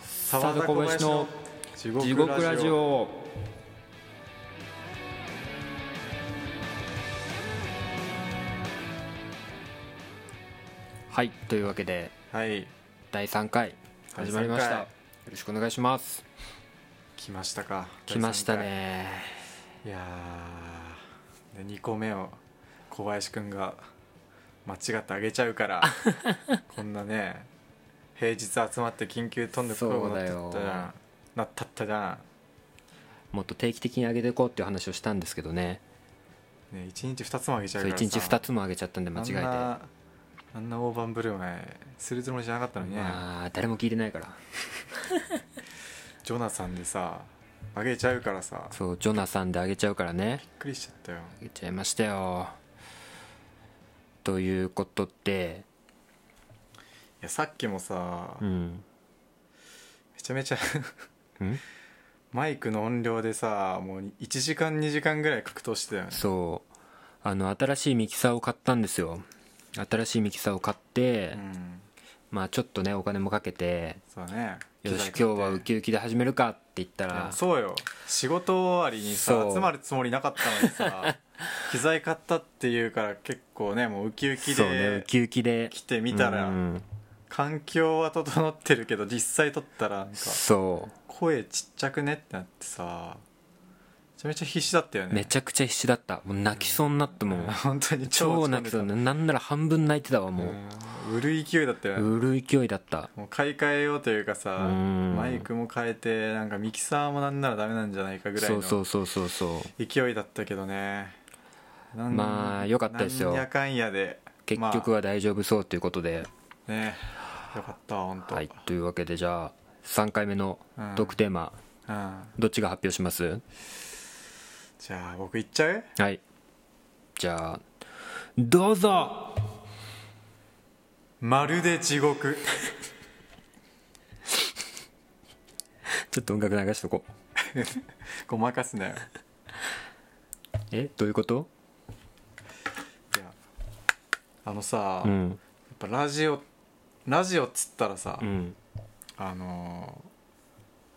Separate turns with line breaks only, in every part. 沢田小林の地獄ラジオはいというわけで
はい
第3回始まりました
第三
よ
回
ろしくお願いします
来ましたか
来ましたね
第三回いやーで2個目を小林くんが間違ってあげちゃうから こんなね平日集まって緊急飛んでこようなったったじゃんなったったじゃ
もっと定期的に上げていこうっていう話をしたんですけどね
ん、ね、1日2つもあげちゃう
1
からさ
日2つも上げちゃったんで間違えて
あんなあんな大盤振る舞いするつもりじゃなかったのにね、
まあ誰も聞いてないから
ジョナサンでさあげちゃうからさびっ
そうジョナサンで上げちゃうからね
くりしちゃったよ
上げちゃいましたよということで
いやさっきもさ、
う
め
ん
ちゃめちゃ
ん
マイクの音量でさもう1時間2時間ぐらい格闘してたよね
そうあの新しいミキサーを買ったんですよ新しいミキサーを買って、
うん
まあちょっとねお金もかけて
そうだね
よし
機材買っ
今
て
日はウキウキで始めるかって言った
いや
ら
そうよ仕事終わりにさ
そう
集まるつもりなかったのに さ機材買ったっていうから結構ねもうウキウキ
そうねウ
で
キウキで
来てみたら、
うん
環境は整ってるけど実際撮ったらなんか
そ
声ちっちゃくねってなってさめちゃめちゃ必死だったよ
う
ね
めちゃくちゃ必死だったもう泣きそうになってもう
本当に超
超
落ち込ん
泣
で
き
た
そうななんなら半分泣いてたわもう
うん売る勢いだったよね
売る勢いだった
もう買い替えようというかさ
うん
マイクも変えてなんかミキサーもなんならダメなんじゃないかぐらい
そ
の
うそうそうそうそう
勢いだったけどねなん
まあ良かったですよ
なんやかんやで
結局
ま
は大丈夫そうということで、
あねよかった本当、
はいというわけでじゃあ3回目の
うん
トークテーマ、
うん、
どっちが発表します
じゃあ僕行っちゃう
はいじゃあどうぞ
まるで地獄
ちょっと音楽流しとこう
ごまかすなよ
えどういうこと
いやあのさ、
う
やっ
ん
ぱラジオラジオっつったらさ、
うん
あのー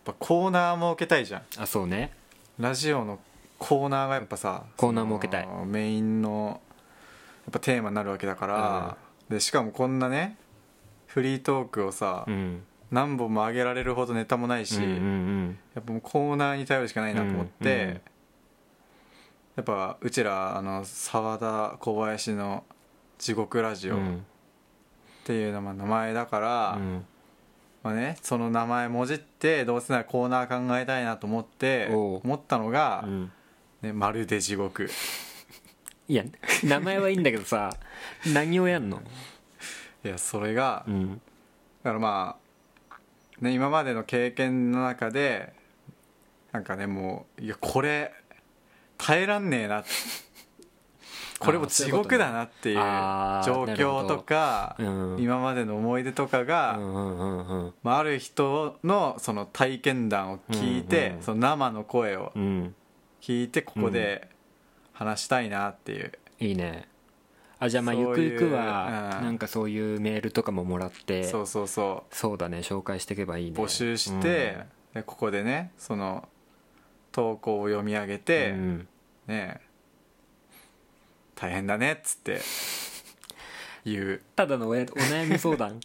やっぱコーナー設けたいじゃん
あそうね
ラジオのコーナーがやっぱさ
コーナー設けたい
そのメインのやっぱテーマになるわけだから、でしかもこんなねフリートークをさ、
うん
何本も上げられるほどネタもないし、
うんうんうん
やっぱもうコーナーに頼るしかないなと思って、
うんうん
やっぱうちらあの澤田小林の「地獄ラジ
う
オ」っ
ん
ていうのも名前だから、
うん
まあね、その名前もじってどうせならコーナー考えたいなと思って
おう
思ったのが
う、ん
ね「まるで地獄」
いや名前はいいんだけどさ 何をやんの
いやそれが、
うん
だからまあ、ね、今までの経験の中でなんかねもういやこれ耐えらんねえ なこれも地獄だなっていう
あーそう
状
いうことね
況とか、
あーなるほどうん
今までの思い出とか
う
が、
んうんうんうん
まあ、ある人のその体験談を聞いて、
うんうん
その生の声を
うん
聞いてここで話したいなっていう、
いいねあじゃあまあ
そうい
ゆ
う
くゆくは
うん
なんかそういうメールとかももらって
そうそうそう
そうだね紹介していけばいいね
募集して、でここでねその投稿を読み上げ
うん
て、
うん
ねえ大変だねっつって言う
ただのおやお悩み相談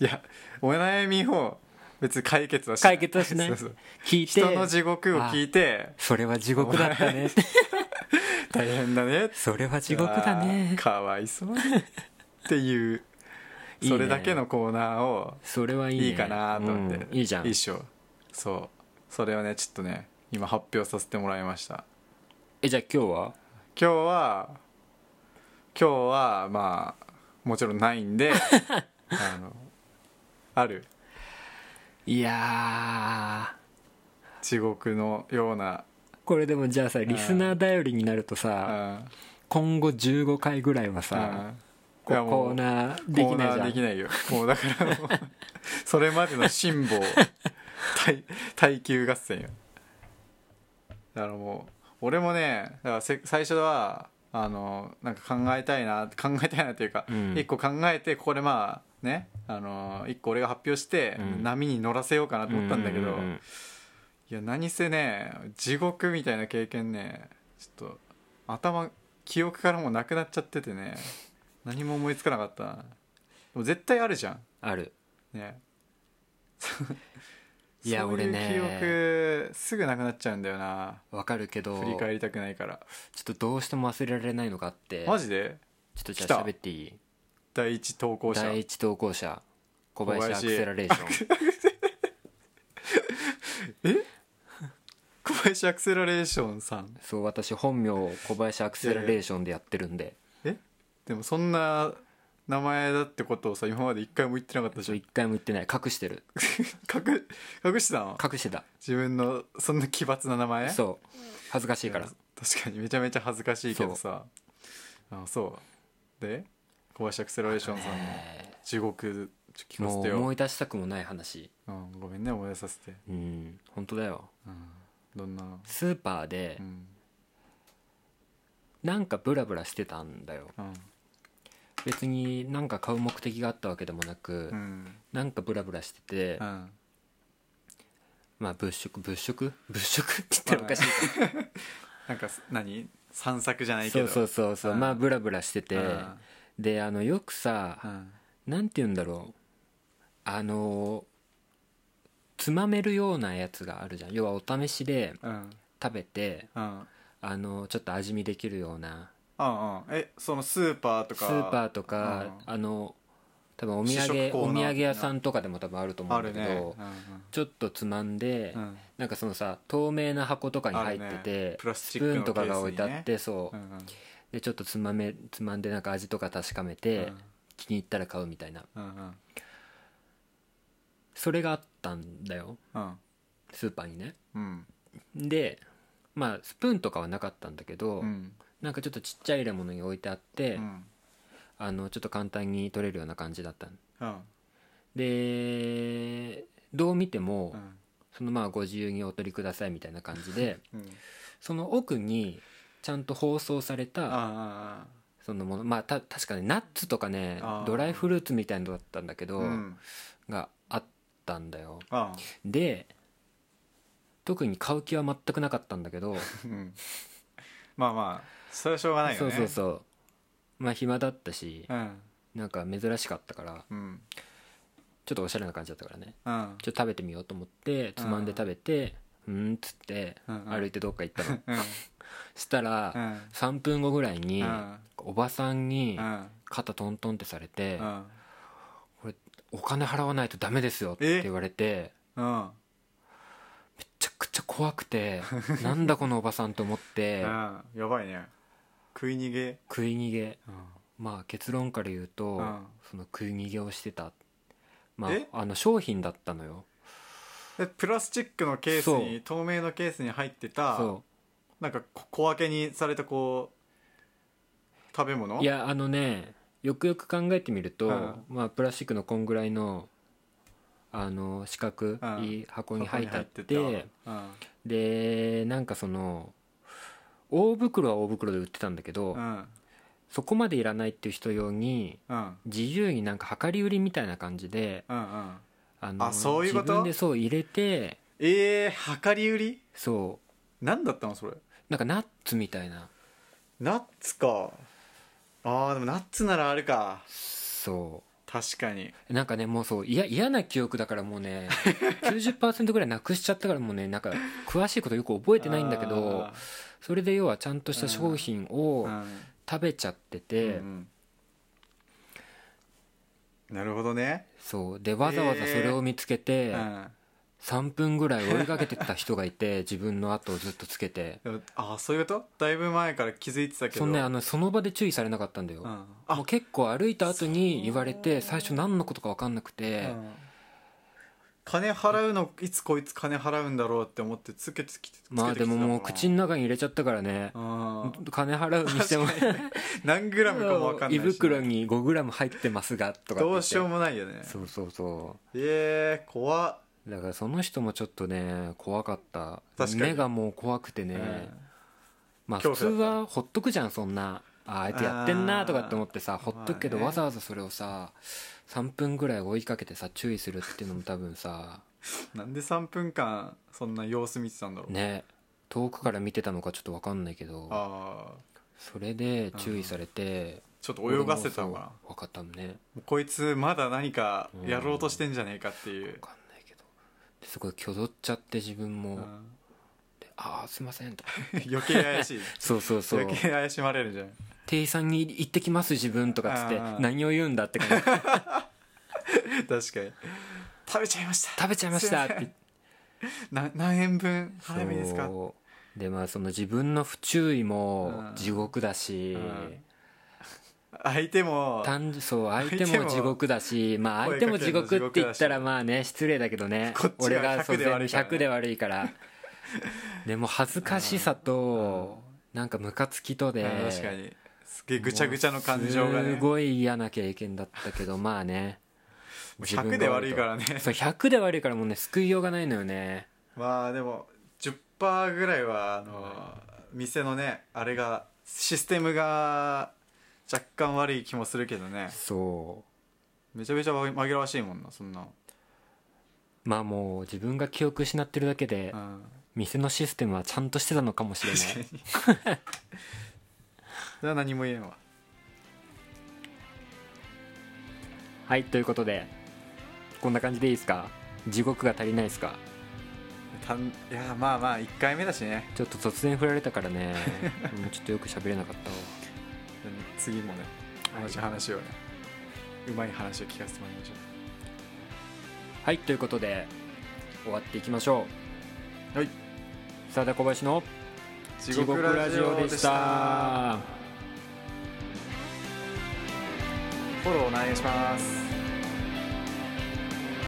いやお悩みを別に解決はしない
解決はしな い
そうそう
聞いて
人の地獄を聞いて
それは地獄だったね
大変だねっつって
それは地獄だ
あー
ね
かわいそうにっていう
いいね
それだけのコーナーを
それはいい、ね、
いいかなと思って、
うんいいじゃん
いいっしょそうそれをねちょっとね今発表させてもらいました
えじゃあ今日は
今日は今日はまあもちろんないん であのある
いや
地獄のような
ーこれでもじゃあさリスナー頼りになるとさ
あ
今後15回ぐらいは
あ
さ
い
こ
や
うコ
も
ー
う
ナーできない
コー
じ
ナ
ゃ
ー
ん
できないよもうだからもうそれまでの辛 抱耐耐久合戦よだからもう俺もねだからせ最初はあのなんか考えたいな考えたいなというか、
うん
一個考えてここでまあねあのー一個俺が発表して、
うん
波に乗らせようかなと思ったんだけど、
うううん
いや何せね地獄みたいな経験ねちょっと頭記憶からもうなくなっちゃっててね何も思いつかなかったなでも絶対あるじゃ
ある
んね
いや
そうう
俺ね
記憶すぐなくなっちゃうんだよな
わかるけど
振り返りたくないから
ちょっとどうしても忘れられないのがあって
マジで
ちょっとじゃ
来
あ
た
喋っていい
第一投稿者
第一投稿者小林
小
アク
林
セラレーション
小林アクセラレーションさん
そう私本名を小林アクセラレーションでやってるんで
えでもそんな名前だってことをさ今まで一回も言ってなかった
そ
じゃ
うん一回も言ってない隠してる
隠隠してたの
隠してた
自分のそんな奇抜な名前
そう恥ずかしいから
確かにめちゃめちゃ恥ずかしいけどさあそうで小林アクセラレーションさんの
え
地獄ちょっと聞
ー
か
も
せて
う思
よ
い、出したくもない話
うん、ごめんね思い出させて、
うん本当だよ
うん、どんな、
スーパーで
うん
なんかブラブラしてたんだよ
うん
別になんか買う目的があったわけでもなく
うん
なんかブラブラしてて
うん、
まあ物色物色物色って言ったらおかしいか
なんかす何散策じゃないけ
そ
ど
うそうそうそう
うん
まあブラブラしてて
うん
であのよく
う
さ
ん
なんて言うんだろうあのつまめるようなやつがあるじゃん要はお試しで
うん
食べて
うん
あのちょっと味見できるような
うんうんえそのスーパーと
ス
か
ーパーとかあの多分お土
試食
産
コーナー
お土産屋さんとかでも多分あると思
あ
うんだ
る
け
ね
どちょっとつまんで
うんうん
なんかそのさ透明な箱とかに入っ
ある
て
ね
て
プラス
ス
チ
プ
ック
ー
の
ンとかが置いてあっ
ケ
てそう
うんうん
でちょっとつまめつまんでなんか味とか確かめて気に入ったら買うみたいな
うんうん
それがあったんだよ
うん
スーパーにね
うん
でまあスプーンとかはなかったんだけど、
うん
なんかちょっとちっちゃい入れ物に置いてあって、
うん
あのちょっと簡単に取れるような感じだった
う
の
ん
でどう見ても、
うん
そのまあご自由にお取りくださいみたいな感 じで
うん
その奥にちゃんと包装された
あ
そのものまあた確かねナッツとかね
あー
ドライフルーツみたいなのだったんだけ
あ
ど、
うん
があったんだよ
ああ
で特に買う気は全くなかったんだけど
うんまあまあそれはしょうがないよ
そう
ね
そうそうまあ暇だったし
うん
なんか珍しかったから
うん
ちょっとおしゃれな感じだったからね
うん
ちょっと食べてみようと思ってつまんで食べてうーんっつって
うんうん
歩いてどっか行ったの
うん
したら
うん
3分後ぐらいに
うん
おばさんに
うん
肩トントンってされて
うん
「お金払わないとダメですよ」って言われて
うん
めちゃくちゃ怖くてなんだこのおばさんと思って
やばいね食い逃げ
食い逃げ
うん
まあ結論から言うと、
うん
その食い逃げをしてたま
え
ああの商品だったのよ
でプラスチックのケース
そ
に透明のケースに入ってた
そ
なんかこ小分けにされたこう食べ物
ういやあのねよくよく考えてみると、
うん
まあプラスチックのこんぐらいのあの四角い箱に入ってあって,、
箱に入ってたうん
でなんかその大袋は大袋で売ってたんだけど、
うん
そこまでいらないっていう人用に
うん
自由になんか量り売りみたいな感じで
うんうん
あの
あそういうこと
自分でそう入れて
えー、量り売り
そう
何だったのそれ
なんかナッツみたいな
ナッツかあーでもナッツならあるか
そ
確かに
うなんかねもうそういや嫌な記憶だからもう ね90%ぐらいなくしちゃったからもうねなんか詳しいことよく覚えてないんだけど
あ
それで要はちゃんとした商品を
ーうん
食べちゃってて
うんうんなるほどね、
そうでわざわざそれを見つけて
うん
3分ぐらい追いかけてった人がいて 自分の後をずっとつけて
でもああそういうことだいぶ前から気づいてたけど
そんなあのその場で注意されなかったんだ
う
よ
んあ
もう結構歩いた後に言われて最初何のことか分かんなく
う
て
ん金払うのいつこいつ金払うんだろうって思ってつけてきてつけてきてた
まあでももう口の中に入れちゃったからね
うん
金払うにしても
何グラムかも分かんないし
胃袋に5グラム入ってますがとかって言って
どうしようもないよね
そうそうそ
えー、怖っ
うだからその人もちょっとね怖かった
確かに
目がもう怖くてね、まあ普通
恐怖だ
はほっとくじゃんそんなあああいつやってんなとかって思ってさ
ー
ほっとくけど、
まあね
わざわざそれをさ3分ぐらい追いかけてさ注意するっていうのも多分さ
なんで3分間そんな様子見てたんだろう、
ね遠くから見てたのかちょっと分かんないけど
ああ
それで注意されて
ちょっと泳がせたのかな
分かったもんね
もうこいつまだ何かやろうとしてんじゃねえかっていう
分、かんないけどですごい挙動っちゃって自分も
うん
でああすいませんとか
余計怪しい
そうそうそう
余計怪しまれるじゃん
店員さんに行ってきます自分とかっつって
あー
何を言うんだって感 じ
確かに食べちゃいました
食べちゃいましたって言って
な何円分払えばいいですか
そうでまあその自分の不注意も
うん
地獄だし
うん相手も
単純そう相手
相手も
も地獄だしまあ相手も地獄って言ったらまあね失礼だけどね
こっちが
俺がそう
100で悪いからね
100で悪い からでも恥ずかしさとなんかムカつきとで
うん確かにすげえぐちゃぐちゃの感情が
もう
ね
すごい嫌な経験だったけどまあね
100で悪いからね
そう100で悪いからもうね救いようがないのよね
まあでも10%ぐらいはあの、店のねあれがシステムが若干悪い気もするけどね
そ
めちゃめちゃ紛らわしいもんなそんな、
うまあもう自分が記憶失ってるだけで
うん、
店のシステムはちゃんとしてたのかもしれない
確か にそれは何も言えんわ
はいということでこんな感じでいいですか地獄が足りないですか
たんいやまあまあ1回目だしね
ちょっと突然振られたから ねうんちょっとよく喋れなかったわ
次もね
は
同
い
じ話をね、うまい話を聞かせてもらいましょ
はいということで終わっていきましょう
はい
澤田小林の
う
地獄ラジオでした
フォローお願いします